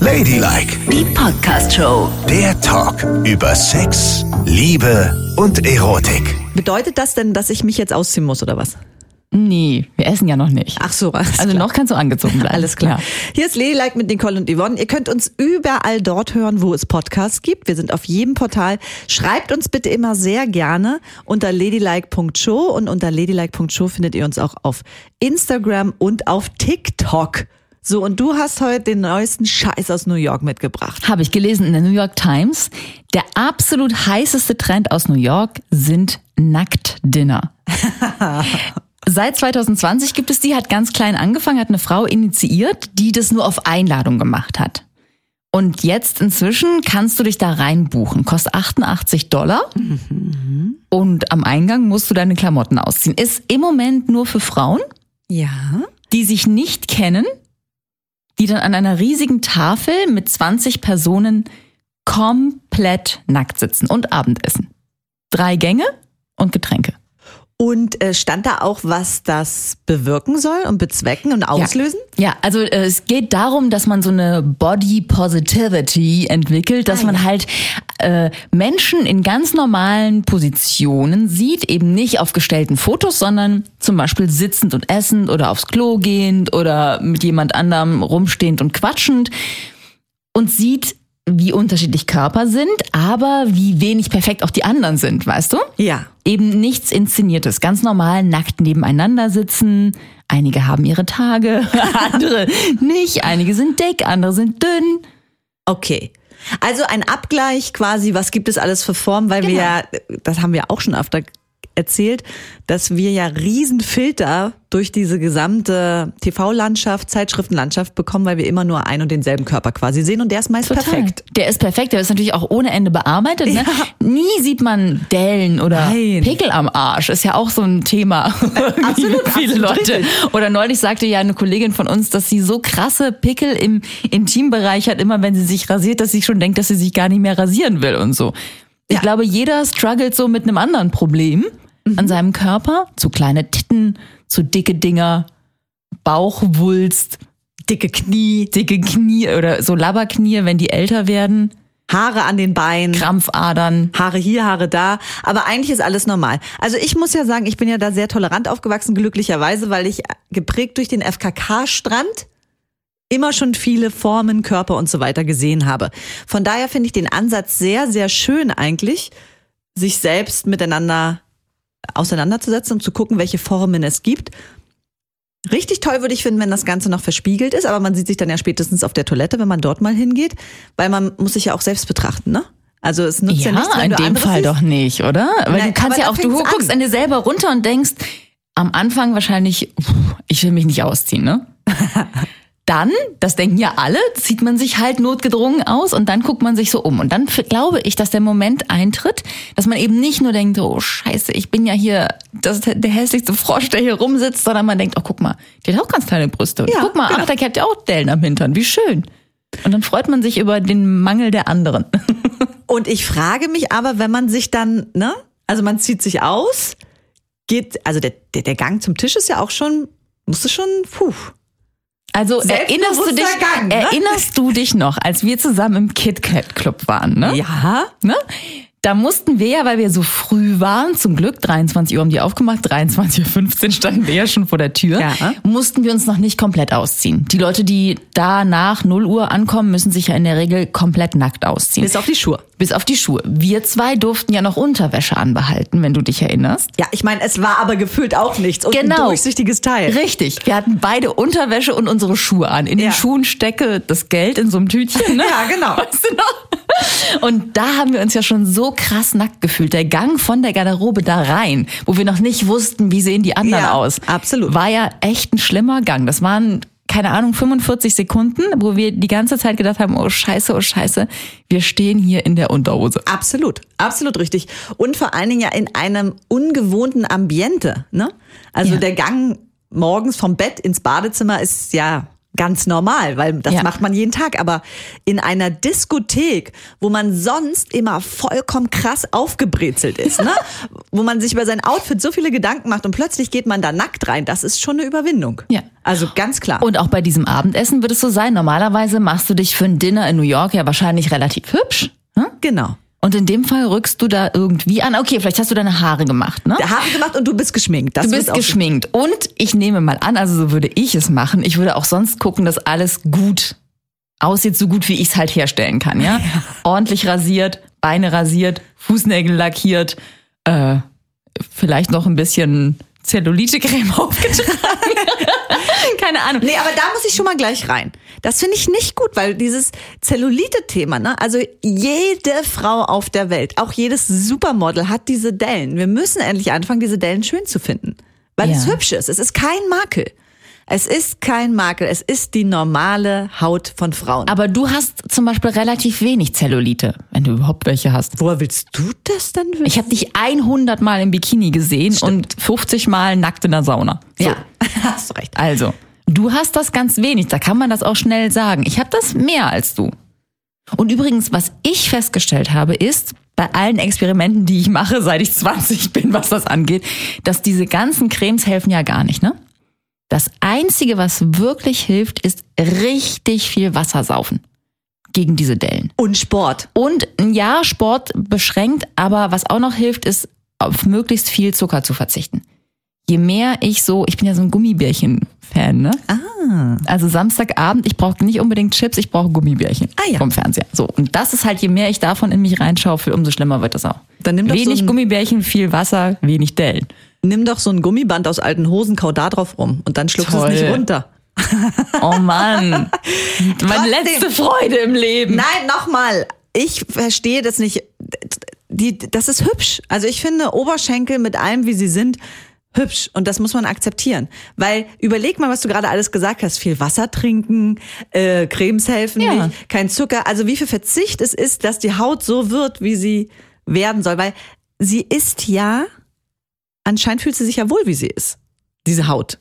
Ladylike, Die Podcast-Show. der Talk über Sex, Liebe und Erotik. Bedeutet das denn, dass ich mich jetzt ausziehen muss oder was? Nee, wir essen ja noch nicht. Ach so, alles also klar. noch kannst du angezogen bleiben. Alles klar. Hier ist Ladylike mit Nicole und Yvonne. Ihr könnt uns überall dort hören, wo es Podcasts gibt. Wir sind auf jedem Portal. Schreibt uns bitte immer sehr gerne unter ladylike.show und unter ladylike.show findet ihr uns auch auf Instagram und auf TikTok. So, und du hast heute den neuesten Scheiß aus New York mitgebracht. Habe ich gelesen in der New York Times. Der absolut heißeste Trend aus New York sind Nacktdinner. Seit 2020 gibt es die, hat ganz klein angefangen, hat eine Frau initiiert, die das nur auf Einladung gemacht hat. Und jetzt inzwischen kannst du dich da reinbuchen. Kostet 88 Dollar. Mhm. Und am Eingang musst du deine Klamotten ausziehen. Ist im Moment nur für Frauen Ja. die sich nicht kennen, die dann an einer riesigen Tafel mit 20 Personen komplett nackt sitzen und Abendessen. Drei Gänge und Getränke. Und äh, stand da auch, was das bewirken soll und bezwecken und auslösen? Ja, ja also äh, es geht darum, dass man so eine Body Positivity entwickelt, dass man halt äh, Menschen in ganz normalen Positionen sieht, eben nicht auf gestellten Fotos, sondern zum Beispiel sitzend und essend oder aufs Klo gehend oder mit jemand anderem rumstehend und quatschend und sieht, wie unterschiedlich Körper sind, aber wie wenig perfekt auch die anderen sind, weißt du? Ja. eben nichts Inszeniertes. Ganz normal nackt nebeneinander sitzen. Einige haben ihre Tage, andere nicht. Einige sind dick, andere sind dünn. Okay. Also ein Abgleich quasi, was gibt es alles für Formen, weil wir Genau. ja, das haben wir auch schon öfter erzählt, dass wir ja riesen Filter durch diese gesamte TV-Landschaft, Zeitschriftenlandschaft bekommen, weil wir immer nur einen und denselben Körper quasi sehen und der ist meist perfekt. Der ist perfekt, der ist natürlich auch ohne Ende bearbeitet. Ne? Nie sieht man Dellen oder Nein. Pickel am Arsch. Ist ja auch so ein Thema. absolut, viele absolut Leute. richtig. Oder neulich sagte ja eine Kollegin von uns, dass sie so krasse Pickel im Intimbereich hat, immer wenn sie sich rasiert, dass sie schon denkt, dass sie sich gar nicht mehr rasieren will und so. Ich Ja. glaube, jeder struggelt so mit einem anderen Problem an seinem Körper. Zu kleine Titten, zu dicke Dinger, Bauchwulst, dicke Knie, dicke Knie oder so Labberknie, wenn die älter werden. Haare an den Beinen. Krampfadern. Haare hier, Haare da. Aber eigentlich ist alles normal. Also ich muss ja sagen, ich bin ja da sehr tolerant aufgewachsen, glücklicherweise, weil ich geprägt durch den FKK-Strand immer schon viele Formen, Körper und so weiter gesehen habe. Von daher finde ich den Ansatz sehr, sehr schön eigentlich, sich selbst miteinander auseinanderzusetzen und zu gucken, welche Formen es gibt. Richtig toll würde ich finden, wenn das Ganze noch verspiegelt ist, aber man sieht sich dann ja spätestens auf der Toilette, wenn man dort mal hingeht, weil man muss sich ja auch selbst betrachten, ne? Also es nutzt ja, Ja, nichts, wenn in du dem andere Fall siehst. doch nicht, oder? Weil Nein, du kannst aber ja da auch, du fängt's guckst an. an dir selber runter und denkst, am Anfang wahrscheinlich, pff, ich will mich nicht ausziehen, ne? Dann, das denken ja alle, zieht man sich halt notgedrungen aus und dann guckt man sich so um. Und dann f- glaube ich, dass der Moment eintritt, dass man eben nicht nur denkt, oh scheiße, ich bin ja hier das, der hässlichste Frosch, der hier rumsitzt, sondern man denkt, oh guck mal, der hat auch ganz kleine Brüste. Ja, guck mal, genau. ach, der hat ja auch Dellen am Hintern, wie schön. Und dann freut man sich über den Mangel der anderen. Und ich frage mich aber, wenn man sich dann, ne, also man zieht sich aus, geht, also der, der, der Gang zum Tisch ist ja auch schon, musst du schon, puh. Also erinnerst du, dich, Selbstbewusster Gang, ne? erinnerst du dich noch, als wir zusammen im KitKat Club waren, ne? Ja. ne? Da mussten wir ja, weil wir so früh waren, zum Glück 23 Uhr haben die aufgemacht, 23.15 Uhr standen wir ja schon vor der Tür, Ja. mussten wir uns noch nicht komplett ausziehen. Die Leute, die da nach 0 Uhr ankommen, müssen sich ja in der Regel komplett nackt ausziehen. Bis auf die Schuhe. Bis auf die Schuhe. Wir zwei durften ja noch Unterwäsche anbehalten, wenn du dich erinnerst. Ja, ich meine, es war aber gefühlt auch nichts. Und ein Genau. durchsichtiges Teil. Richtig. Wir hatten beide Unterwäsche und unsere Schuhe an. In Ja. den Schuhen stecke das Geld in so einem Tütchen. Ne? Ja, genau. Weißt du noch? Und da haben wir uns ja schon so krass nackt gefühlt. Der Gang von der Garderobe da rein, wo wir noch nicht wussten, wie sehen die anderen Ja, aus. absolut. War ja echt ein schlimmer Gang. Das waren, keine Ahnung, 45 Sekunden, wo wir die ganze Zeit gedacht haben, oh scheiße, oh scheiße, wir stehen hier in der Unterhose. Absolut, absolut richtig. Und vor allen Dingen ja in einem ungewohnten Ambiente. Ne? Also Ja. der Gang morgens vom Bett ins Badezimmer ist ja ganz normal, weil das Ja. macht man jeden Tag. Aber in einer Diskothek, wo man sonst immer vollkommen krass aufgebrezelt ist, ne? wo man sich über sein Outfit so viele Gedanken macht und plötzlich geht man da nackt rein, das ist schon eine Überwindung. Ja. Also ganz klar. Und auch bei diesem Abendessen wird es so sein. Normalerweise machst du dich für ein Dinner in New York ja wahrscheinlich relativ hübsch. Ne? genau. Und in dem Fall rückst du da irgendwie an. Okay, vielleicht hast du deine Haare gemacht, ne? Haare gemacht und du bist geschminkt. Das Du wird bist auch- geschminkt. Und ich nehme mal an, also so würde ich es machen. Ich würde auch sonst gucken, dass alles gut aussieht, so gut wie ich es halt herstellen kann, ja? Ordentlich rasiert, Beine rasiert, Fußnägel lackiert, äh, vielleicht noch ein bisschen Zellulite-Creme aufgetragen. Keine Ahnung. Nee, aber da muss ich schon mal gleich rein. Das finde ich nicht gut, weil dieses Zellulite-Thema, ne? Also jede Frau auf der Welt, auch jedes Supermodel hat diese Dellen. Wir müssen endlich anfangen, diese Dellen schön zu finden. Weil Ja. es hübsch ist. Es ist kein Makel. Es ist kein Makel. Es ist die normale Haut von Frauen. Aber du hast zum Beispiel relativ wenig Zellulite, wenn du überhaupt welche hast. woher willst du das dann wissen? Ich habe dich 100 Mal im Bikini gesehen und 50 Mal nackt in der Sauna. So. Ja, hast recht. Also, du hast das ganz wenig, da kann man das auch schnell sagen. Ich habe das mehr als du. Und übrigens, was ich festgestellt habe, ist, bei allen Experimenten, die ich mache, seit ich 20 bin, was das angeht, dass diese ganzen Cremes helfen ja gar nicht, ne? Das Einzige, was wirklich hilft, ist richtig viel Wasser saufen gegen diese Dellen. Und Sport. Und ja, Sport beschränkt, aber was auch noch hilft, ist, auf möglichst viel Zucker zu verzichten. Je mehr ich so, ich bin ja so ein Gummibärchen-Fan, ne? Ah. Also Samstagabend, ich brauche nicht unbedingt Chips, ich brauche Gummibärchen Ah, ja. vom Fernseher. So, und das ist halt, je mehr ich davon in mich reinschaufel, umso schlimmer wird das auch. Dann nimm doch wenig so ein- Gummibärchen, viel Wasser, wenig Dellen. Nimm doch so ein Gummiband aus alten Hosen, kau da drauf rum und dann schluckst du es Toll. nicht runter. Oh Mann, meine letzte Freude im Leben. Nein, nochmal. Ich verstehe das nicht. Die, das ist hübsch. Also ich finde Oberschenkel mit allem, wie sie sind, hübsch. Und das muss man akzeptieren. Weil überleg mal, was du gerade alles gesagt hast. Viel Wasser trinken, äh, Cremes helfen Ja. nicht, kein Zucker. Also wie viel Verzicht es ist, dass die Haut so wird, wie sie werden soll. Weil sie ist ja, anscheinend fühlt sie sich ja wohl, wie sie ist. Diese Haut.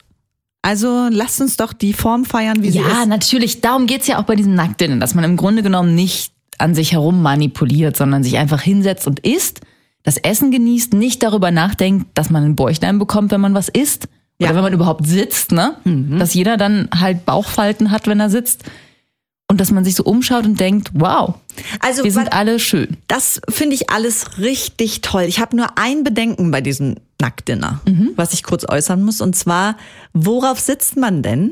Also lasst uns doch die Form feiern, wie sie ist. Ja, natürlich. Darum geht's ja auch bei diesem Nacktinnen, dass man im Grunde genommen nicht an sich herum manipuliert, sondern sich einfach hinsetzt und isst, das Essen genießt, nicht darüber nachdenkt, dass man ein Bäuchlein bekommt, wenn man was isst. Oder Ja. Mhm. wenn man überhaupt sitzt, ne? Dass jeder dann halt Bauchfalten hat, wenn er sitzt. Und dass man sich so umschaut und denkt, wow, Also wir wa- sind alle schön. Das finde ich alles richtig toll. Ich habe nur ein Bedenken bei diesem Nacktdinner, Mhm. was ich kurz äußern muss. Und zwar, worauf sitzt man denn?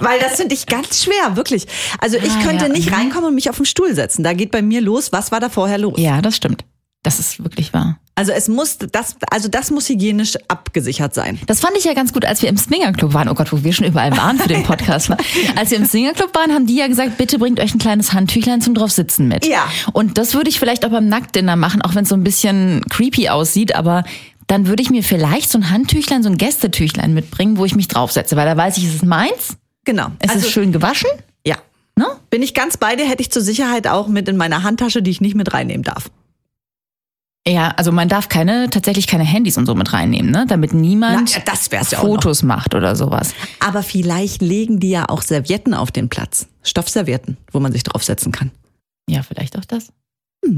Weil das finde ich ganz schwer, wirklich. Also ich Ah, könnte ja, nicht mhm. reinkommen und mich auf den Stuhl setzen. Da geht bei mir los, was war da vorher los? Ja, das stimmt. Das ist wirklich wahr. Also es muss, das, also das muss hygienisch abgesichert sein. Das fand ich ja ganz gut, als wir im Swingerclub waren. Oh Gott, wo wir schon überall waren für den Podcast. ne? Als wir im Swingerclub waren, haben die ja gesagt, bitte bringt euch ein kleines Handtüchlein zum draufsitzen mit. Ja. Und das würde ich vielleicht auch beim Nacktdinner machen, auch wenn es so ein bisschen creepy aussieht, aber dann würde ich mir vielleicht so ein Handtüchlein, so ein Gästetüchlein mitbringen, wo ich mich draufsetze, weil da weiß ich, es ist meins, Genau. es ist schön gewaschen, ja. ne? Bin ich ganz bei dir, hätte ich zur Sicherheit auch mit in meiner Handtasche, die ich nicht mit reinnehmen darf. Ja, also man darf keine, tatsächlich keine Handys und so mit reinnehmen, ne? Damit niemand Na, ja, das wär's ja auch noch. Fotos macht oder sowas. Aber vielleicht legen die ja auch Servietten auf den Platz. Stoffservietten, wo man sich draufsetzen kann. Ja, vielleicht auch das. Hm.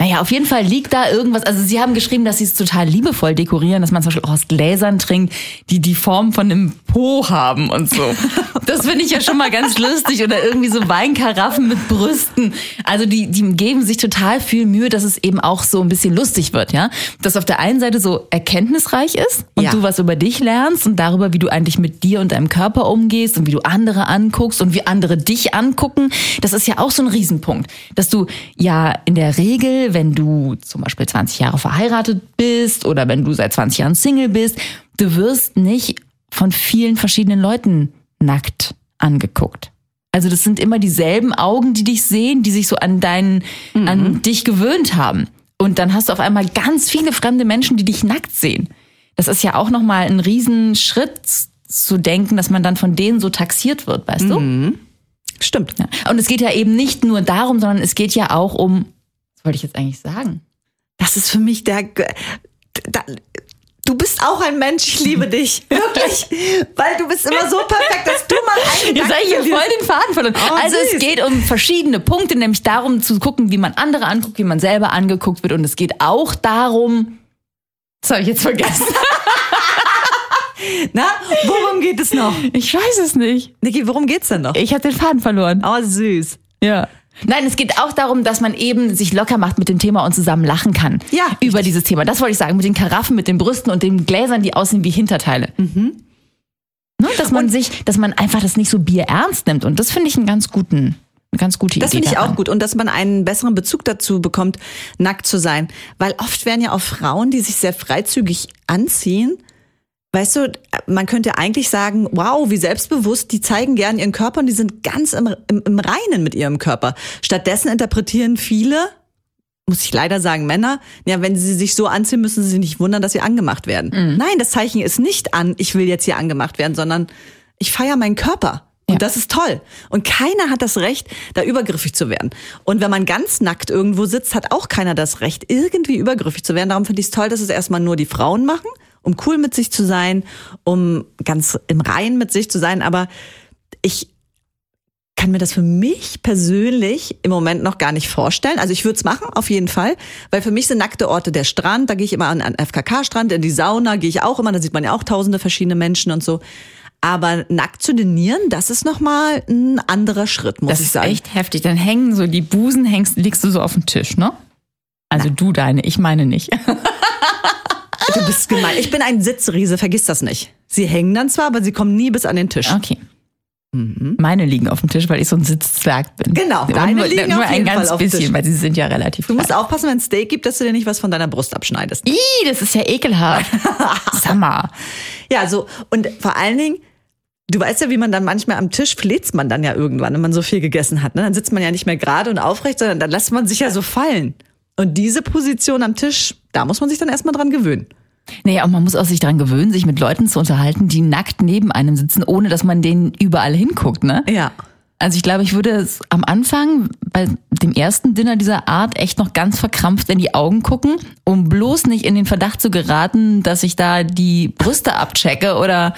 Naja, auf jeden Fall liegt da irgendwas. Also sie haben geschrieben, dass sie es total liebevoll dekorieren, dass man zum Beispiel auch aus Gläsern trinkt, die die Form von einem Po haben und so. Das finde ich ja schon mal ganz lustig. Oder irgendwie so Weinkaraffen mit Brüsten. Also die, die geben sich total viel Mühe, dass es eben auch so ein bisschen lustig wird, ja. Dass auf der einen Seite so erkenntnisreich ist und Ja. du was über dich lernst und darüber, wie du eigentlich mit dir und deinem Körper umgehst und wie du andere anguckst und wie andere dich angucken. Das ist ja auch so ein Riesenpunkt, dass du ja in der Regel, wenn du zum Beispiel 20 Jahre verheiratet bist oder wenn du seit 20 Jahren Single bist, du wirst nicht von vielen verschiedenen Leuten nackt angeguckt. Also das sind immer dieselben Augen, die dich sehen, die sich so an deinen, Mhm. an dich gewöhnt haben. Und dann hast du auf einmal ganz viele fremde Menschen, die dich nackt sehen. Das ist ja auch nochmal ein Riesenschritt z- zu denken, dass man dann von denen so taxiert wird, weißt Mhm. du? Stimmt. Ja. Und es geht ja eben nicht nur darum, sondern es geht ja auch um, was wollte ich jetzt eigentlich sagen? Das ist für mich der. Da, Du bist auch ein Mensch, ich liebe dich. Wirklich. Weil du bist immer so perfekt, dass du mal einen Jetzt Gedanken habe ich hier verlierst. voll den Faden verloren. Oh, also süß. es geht um verschiedene Punkte, nämlich darum zu gucken, wie man andere anguckt, wie man selber angeguckt wird. Und es geht auch darum, das habe ich jetzt vergessen. Na, worum geht es noch? Ich weiß es nicht. Niki, worum geht's denn noch? Ich habe den Faden verloren. Oh, süß. Ja. Nein, es geht auch darum, dass man eben sich locker macht mit dem Thema und zusammen lachen kann. Ja, Über dieses Thema. Das wollte ich sagen. Mit den Karaffen, mit den Brüsten und den Gläsern, die aussehen wie Hinterteile. Ne, dass man sich, dass man einfach das nicht so bierernst nimmt. Und das finde ich einen ganz guten, eine ganz gute Das Idee. finde ich daran. auch gut. Und dass man einen besseren Bezug dazu bekommt, nackt zu sein. Weil oft werden ja auch Frauen, die sich sehr freizügig anziehen, weißt du, man könnte eigentlich sagen, wow, wie selbstbewusst, die zeigen gern ihren Körper und die sind ganz im, im, im Reinen mit ihrem Körper. Stattdessen interpretieren viele, muss ich leider sagen, Männer, ja, wenn sie sich so anziehen, müssen sie sich nicht wundern, dass sie angemacht werden. Nein, das Zeichen ist nicht an, ich will jetzt hier angemacht werden, sondern ich feiere meinen Körper. Und Ja. das ist toll. Und keiner hat das Recht, da übergriffig zu werden. Und wenn man ganz nackt irgendwo sitzt, hat auch keiner das Recht, irgendwie übergriffig zu werden. Darum finde ich es toll, dass es erstmal nur die Frauen machen, um cool mit sich zu sein, um ganz im Reinen mit sich zu sein. Aber ich kann mir das für mich persönlich im Moment noch gar nicht vorstellen. Also ich würde es machen, auf jeden Fall, weil für mich sind nackte Orte der Strand. Da gehe ich immer an an FKK-Strand, in die Sauna gehe ich auch immer. Da sieht man ja auch tausende verschiedene Menschen und so. Aber nackt zu denieren, das ist nochmal ein anderer Schritt, muss Das ich ist sagen. echt heftig. Dann hängen so die Busen, hängst, liegst du so auf dem Tisch, ne? Also du deine, ich meine nicht. Du bist gemein. Ich bin ein Sitzriese, vergiss das nicht. Sie hängen dann zwar, aber sie kommen nie bis an den Tisch. Okay. Meine liegen auf dem Tisch, weil ich so ein Sitzzwerg bin. Mhm. Genau, Nur- deine nur, liegen nur auf jeden ein ganz Fall auf dem bisschen, Tisch. weil sie sind ja relativ. Du musst aufpassen, wenn es Steak gibt, dass du dir nicht was von deiner Brust abschneidest. Ih, das ist ja ekelhaft. Sag mal. Ja, so und vor allen Dingen, du weißt ja, wie man dann manchmal am Tisch fläzt man dann ja irgendwann, wenn man so viel gegessen hat. Ne? Dann sitzt man ja nicht mehr gerade und aufrecht, sondern dann lässt man sich ja so fallen. Und diese Position am Tisch, da muss man sich dann erstmal dran gewöhnen. Naja, und man muss auch sich daran gewöhnen, sich mit Leuten zu unterhalten, die nackt neben einem sitzen, ohne dass man denen überall hinguckt, ne? Ja. Also ich glaube, ich würde es am Anfang bei dem ersten Dinner dieser Art echt noch ganz verkrampft in die Augen gucken, um bloß nicht in den Verdacht zu geraten, dass ich da die Brüste abchecke oder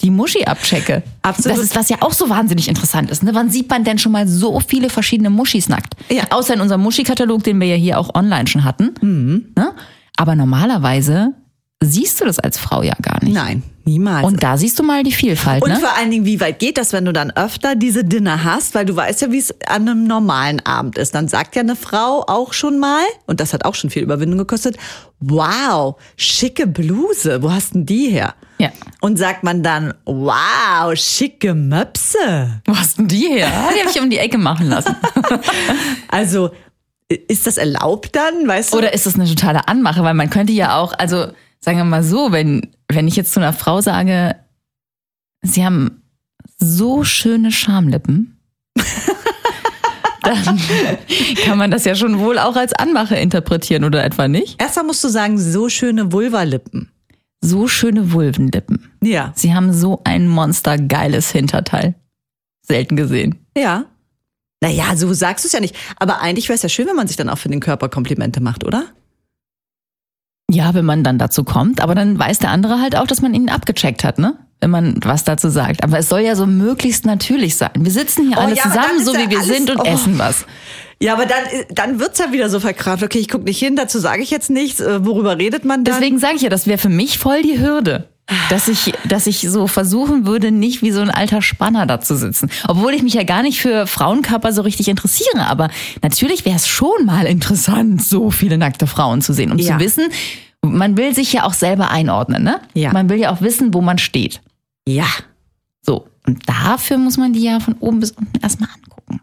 die Muschi abchecke. Absolut. Das ist, was ja auch so wahnsinnig interessant ist. Ne? Wann sieht man denn schon mal so viele verschiedene Muschis nackt? Ja. Außer in unserem Muschi-Katalog, den wir ja hier auch online schon hatten. Ne? Aber normalerweise siehst du das als Frau ja gar nicht. Nein, niemals. Und da siehst du mal die Vielfalt. Und ne? vor allen Dingen, wie weit geht das, wenn du dann öfter diese Dinner hast? Weil du weißt ja, wie es an einem normalen Abend ist. Dann sagt ja eine Frau auch schon mal, und das hat auch schon viel Überwindung gekostet, wow, schicke Bluse, wo hast denn die her? Ja. Und sagt man dann, wow, schicke Möpse. Wo hast denn die her? Die habe ich um die Ecke machen lassen. Also, ist das erlaubt dann, weißt du? Oder ist das eine totale Anmache? Weil man könnte ja auch, also sagen wir mal so, wenn, wenn ich jetzt zu einer Frau sage, sie haben so schöne Schamlippen, dann kann man das ja schon wohl auch als Anmache interpretieren, oder etwa nicht? Erstmal musst du sagen, so schöne Vulvalippen. So schöne Vulvenlippen. Ja. Sie haben so ein monstergeiles Hinterteil. Selten gesehen. Ja. Naja, so sagst du es ja nicht. Aber eigentlich wäre es ja schön, wenn man sich dann auch für den Körper Komplimente macht, oder? Ja, wenn man dann dazu kommt, aber dann weiß der andere halt auch, dass man ihn abgecheckt hat, ne? Wenn man was dazu sagt. Aber es soll ja so möglichst natürlich sein. Wir sitzen hier Oh alle ja, aber dann zusammen, ist so ja wie wir alles- sind und oh. essen was. Ja, aber dann, äh, dann wird's ja wieder so verkrampft. Okay, ich guck nicht hin, dazu sage ich jetzt nichts. Äh, Worüber redet man dann? Deswegen sage ich ja, das wäre für mich voll die Hürde. Dass ich, dass ich so versuchen würde, nicht wie so ein alter Spanner da zu sitzen. Obwohl ich mich ja gar nicht für Frauenkörper so richtig interessiere. Aber natürlich wäre es schon mal interessant, so viele nackte Frauen zu sehen. Um Ja. zu wissen, man will sich ja auch selber einordnen, ne? Ja. Man will ja auch wissen, wo man steht. ja. So, und dafür muss man die ja von oben bis unten erstmal angucken.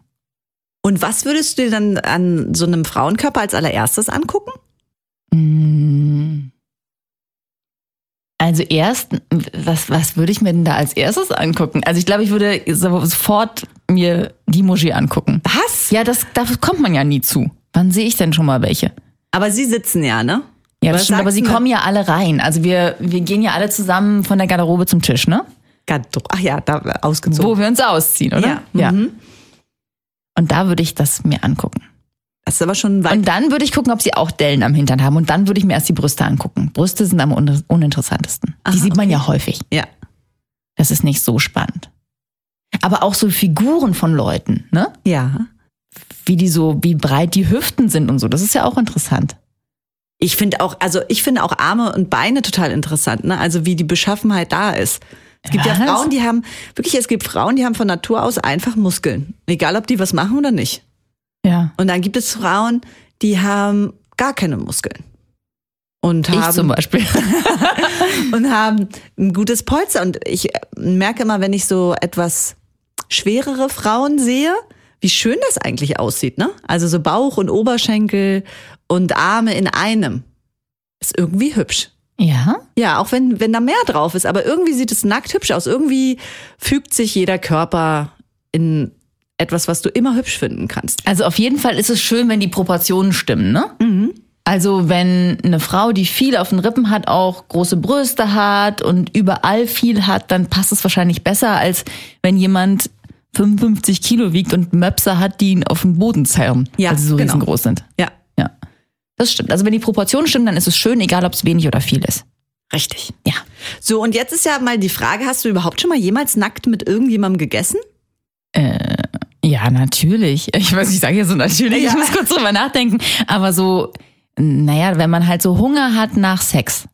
Und was würdest du dir dann an so einem Frauenkörper als allererstes angucken? Mm. Also erst, was, was würde ich mir denn da als erstes angucken? Also ich glaube, ich würde so- sofort mir die Moschee angucken. Was? Ja, das, da kommt man ja nie zu. Wann sehe ich denn schon mal welche? Aber sie sitzen ja, ne? Ja, das Was stimmt, aber sagst sie du? kommen ja alle rein. Also wir, wir gehen ja alle zusammen von der Garderobe zum Tisch, ne? Gardero- Ach ja, da äh, ausgezogen. Mhm. Wo wir uns ausziehen, oder? Ja. Und da würde ich das mir angucken. Das ist aber schon weit. Und dann würde ich gucken, ob sie auch Dellen am Hintern haben. Und dann würde ich mir erst die Brüste angucken. Brüste sind am un uninteressantesten. Aha, die sieht man ja häufig. Ah, ja. Das ist nicht so spannend. Aber auch so Figuren von Leuten, ne? Ja. Wie die so, wie breit die Hüften sind und so. Das ist ja auch interessant. Ich finde auch, also ich finde auch Arme und Beine total interessant, ne? Also wie die Beschaffenheit da ist. Es gibt ja Was? Frauen, die haben, wirklich, es gibt Frauen, die haben von Natur aus einfach Muskeln. Egal, ob die was machen oder nicht. Ja. Und dann gibt es Frauen, die haben gar keine Muskeln. Und Ich zum haben, Beispiel. und haben ein gutes Polster. Und ich äh, merke immer, wenn ich so etwas schwerere Frauen sehe, wie schön das eigentlich aussieht, ne? Also so Bauch und Oberschenkel und Arme in einem. Ist irgendwie hübsch. Ja? Ja, auch wenn, wenn da mehr drauf ist, aber irgendwie sieht es nackt hübsch aus. Irgendwie fügt sich jeder Körper in etwas, was du immer hübsch finden kannst. Also auf jeden Fall ist es schön, wenn die Proportionen stimmen, ne? Also wenn eine Frau, die viel auf den Rippen hat, auch große Brüste hat und überall viel hat, dann passt es wahrscheinlich besser, als wenn jemand 55 Kilo wiegt und Möpse hat, die ihn auf den Boden zerren, Ja, weil sie so genau. riesengroß sind. Ja, Ja. Das stimmt. Also wenn die Proportionen stimmen, dann ist es schön, egal ob es wenig oder viel ist. richtig. Ja. So, und jetzt ist ja mal die Frage, hast du überhaupt schon mal jemals nackt mit irgendjemandem gegessen? Ja, natürlich. Ich weiß, ich sage ja so natürlich, Ja. ich muss kurz drüber nachdenken. Aber so, naja, wenn man halt so Hunger hat nach Sex.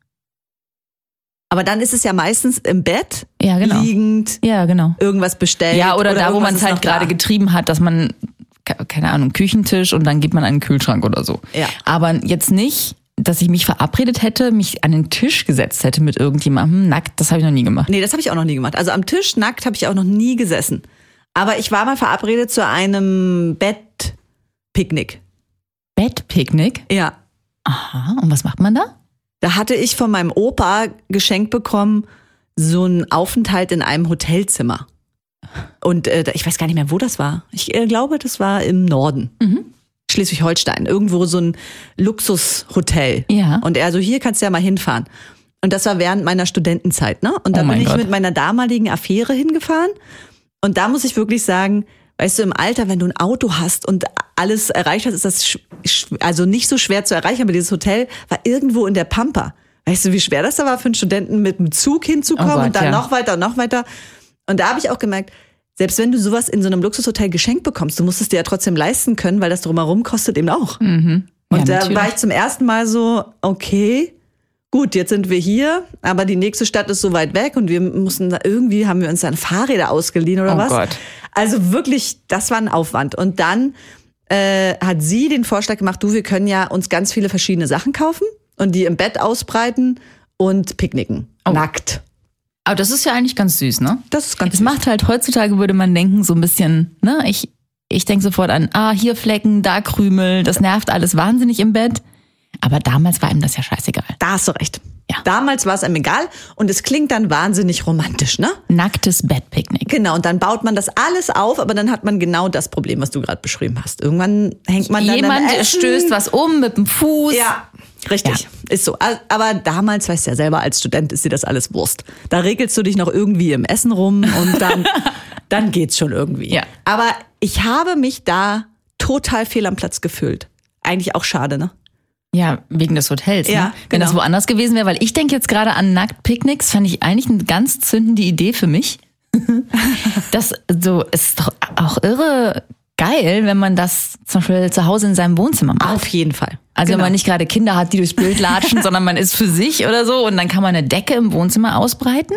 Aber dann ist es ja meistens im Bett, Ja, genau. liegend, Ja, genau. irgendwas bestellt. Ja, oder, da, wo irgendwas man ist es halt noch da. gerade getrieben hat, dass man, ke- keine Ahnung, Küchentisch und dann geht man an den Kühlschrank oder so. Ja. Aber jetzt nicht, dass ich mich verabredet hätte, mich an den Tisch gesetzt hätte mit irgendjemandem, Hm, nackt, das habe ich noch nie gemacht. Nee, das habe ich auch noch nie gemacht. Also am Tisch nackt habe ich auch noch nie gesessen. Aber ich war mal verabredet zu einem Bettpicknick. Bettpicknick? Ja. Aha, und was macht man da? Da hatte ich von meinem Opa geschenkt bekommen, so einen Aufenthalt in einem Hotelzimmer. Und äh, da- ich weiß gar nicht mehr, wo das war. Ich äh, glaube, das war im Norden. Mhm. Schleswig-Holstein. Irgendwo so ein Luxushotel. Ja. Und er so, hier kannst du ja mal hinfahren. Und das war während meiner Studentenzeit, ne? Und da Oh bin mein ich Gott. mit meiner damaligen Affäre hingefahren. Und da muss ich wirklich sagen, weißt du, im Alter, wenn du ein Auto hast und alles erreicht hast, ist das sch- sch- also nicht so schwer zu erreichen. Aber dieses Hotel war irgendwo in der Pampa. Weißt du, wie schwer das da war für einen Studenten, mit dem Zug hinzukommen Oh Gott, und dann ja. noch weiter und noch weiter. Und da habe ich auch gemerkt, selbst wenn du sowas in so einem Luxushotel geschenkt bekommst, du musst es dir ja trotzdem leisten können, weil das drumherum kostet eben auch. Ja, Und da natürlich. war ich zum ersten Mal so, okay, gut, jetzt sind wir hier, aber die nächste Stadt ist so weit weg und wir mussten da irgendwie haben wir uns dann Fahrräder ausgeliehen oder Oh was. Gott. Also wirklich, das war ein Aufwand. Und dann äh, hat sie den Vorschlag gemacht, du, wir können ja uns ganz viele verschiedene Sachen kaufen und die im Bett ausbreiten und picknicken. Oh. Nackt. Aber das ist ja eigentlich ganz süß, ne? Das ist ganz Es süß. macht halt heutzutage, würde man denken, so ein bisschen, ne? Ich, ich denke sofort an, ah, hier Flecken, da Krümel, das nervt alles wahnsinnig im Bett. Aber damals war ihm das ja scheißegal. Da hast du recht. Ja. Damals war es einem egal und es klingt dann wahnsinnig romantisch, ne? Nacktes Bettpicknick. Genau, und dann baut man das alles auf, aber dann hat man genau das Problem, was du gerade beschrieben hast. Irgendwann hängt man dann am Jemand Essen. stößt was um mit dem Fuß. Ja, richtig. Ja. Ist so. A- Aber damals, weißt du ja selber, als Student ist dir das alles Wurst. Da regelst du dich noch irgendwie im Essen rum und dann, dann geht's schon irgendwie. Ja. Aber ich habe mich da total fehl am Platz gefühlt. Eigentlich auch schade, ne? Ja, wegen des Hotels. Ja, ne? Wenn das genau. woanders gewesen wäre, weil ich denke jetzt gerade an Nacktpicknicks, fand ich eigentlich eine ganz zündende Idee für mich. das so ist doch auch irre geil, wenn man das zum Beispiel zu Hause in seinem Wohnzimmer macht. Auf jeden Fall. Also wenn Genau. man nicht gerade Kinder hat, die durchs Bild latschen, sondern man ist für sich oder so und dann kann man eine Decke im Wohnzimmer ausbreiten,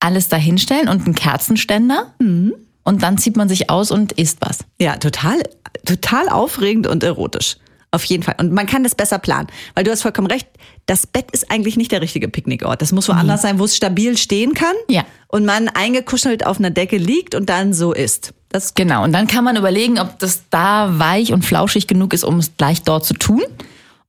alles dahinstellen und einen Kerzenständer Mhm. und dann zieht man sich aus und isst was. Ja, total, total aufregend und erotisch. Auf jeden Fall. Und man kann das besser planen. Weil du hast vollkommen recht, das Bett ist eigentlich nicht der richtige Picknickort. Das muss woanders sein, wo es stabil stehen kann. Ja. Und man eingekuschelt auf einer Decke liegt und dann so ist. Das, Genau, und dann kann man überlegen, ob das da weich und flauschig genug ist, um es gleich dort zu tun.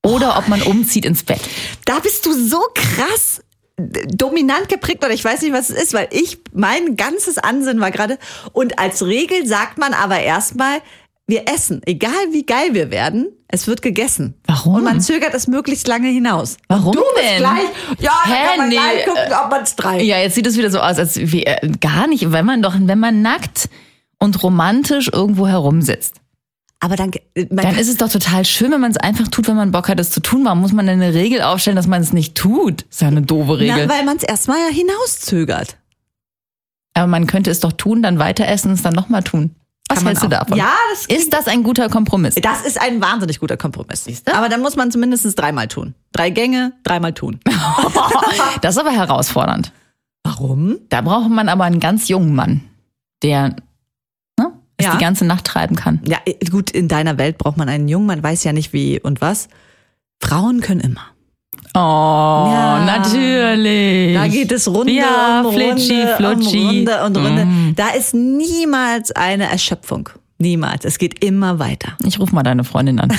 Oder ob man umzieht ins Bett. da bist du so krass d- dominant geprägt oder ich weiß nicht, was es ist, weil ich, mein ganzes Ansinnen war gerade, und als Regel sagt man aber erstmal, wir essen, egal wie geil wir werden, es wird gegessen. Warum? Und man zögert es möglichst lange hinaus. Warum du bist denn? gleich, ja, dann Hä, kann man nee, äh, gleich gucken, ob man es drei. Ja, jetzt sieht es wieder so aus, als wie, äh, gar nicht, wenn man doch, wenn man nackt und romantisch irgendwo herumsitzt. Aber dann, äh, man Dann kann- ist es doch total schön, wenn man es einfach tut, wenn man Bock hat, es zu tun. Warum muss man denn eine Regel aufstellen, dass man es nicht tut? Ist ja eine doofe Regel. na, weil man es erstmal ja hinauszögert. Aber man könnte es doch tun, dann weiter essen, und es dann nochmal tun. Was Kann man hältst du auch- davon? Ja, das- ist das ein guter Kompromiss? Das ist ein wahnsinnig guter Kompromiss. du? Aber dann muss man zumindest dreimal tun. Drei Gänge, dreimal tun. Das ist aber herausfordernd. Warum? Da braucht man aber einen ganz jungen Mann, der ne, es Ja. die ganze Nacht treiben kann. Ja, äh, gut, in deiner Welt braucht man einen Jungen, man weiß ja nicht wie und was. Frauen können immer. Oh, natürlich. Da geht es runde Ja, um runde, flitschi, um flutschi. Mhm. runde und runde. Da ist niemals eine Erschöpfung. Niemals. Es geht immer weiter. Ich rufe mal deine Freundin an.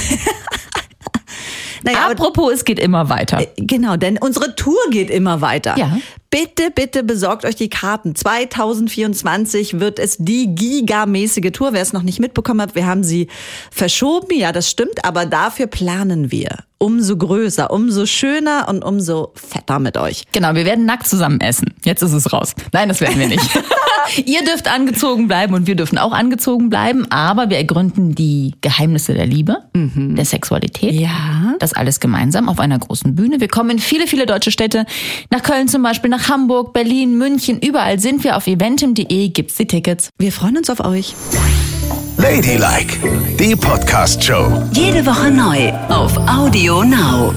Naja, aber, Apropos, es geht immer weiter. genau, denn unsere Tour geht immer weiter. Ja. Bitte, bitte besorgt euch die Karten. 2024 wird es die gigamäßige Tour. Wer es noch nicht mitbekommen hat, wir haben sie verschoben. Ja, das stimmt, aber dafür planen wir. Umso größer, umso schöner und umso fetter mit euch. Genau, wir werden nackt zusammen essen. Jetzt ist es raus. Nein, das werden wir nicht. Ihr dürft angezogen bleiben und wir dürfen auch angezogen bleiben, aber wir ergründen die Geheimnisse der Liebe, der Sexualität. Ja. Das alles gemeinsam auf einer großen Bühne. Wir kommen in viele, viele deutsche Städte. Nach Köln zum Beispiel, nach Hamburg, Berlin, München. Überall sind wir auf eventim.de, gibt's die Tickets. Wir freuen uns auf euch. Ladylike, die Podcast-Show. Jede Woche neu auf Audio Now.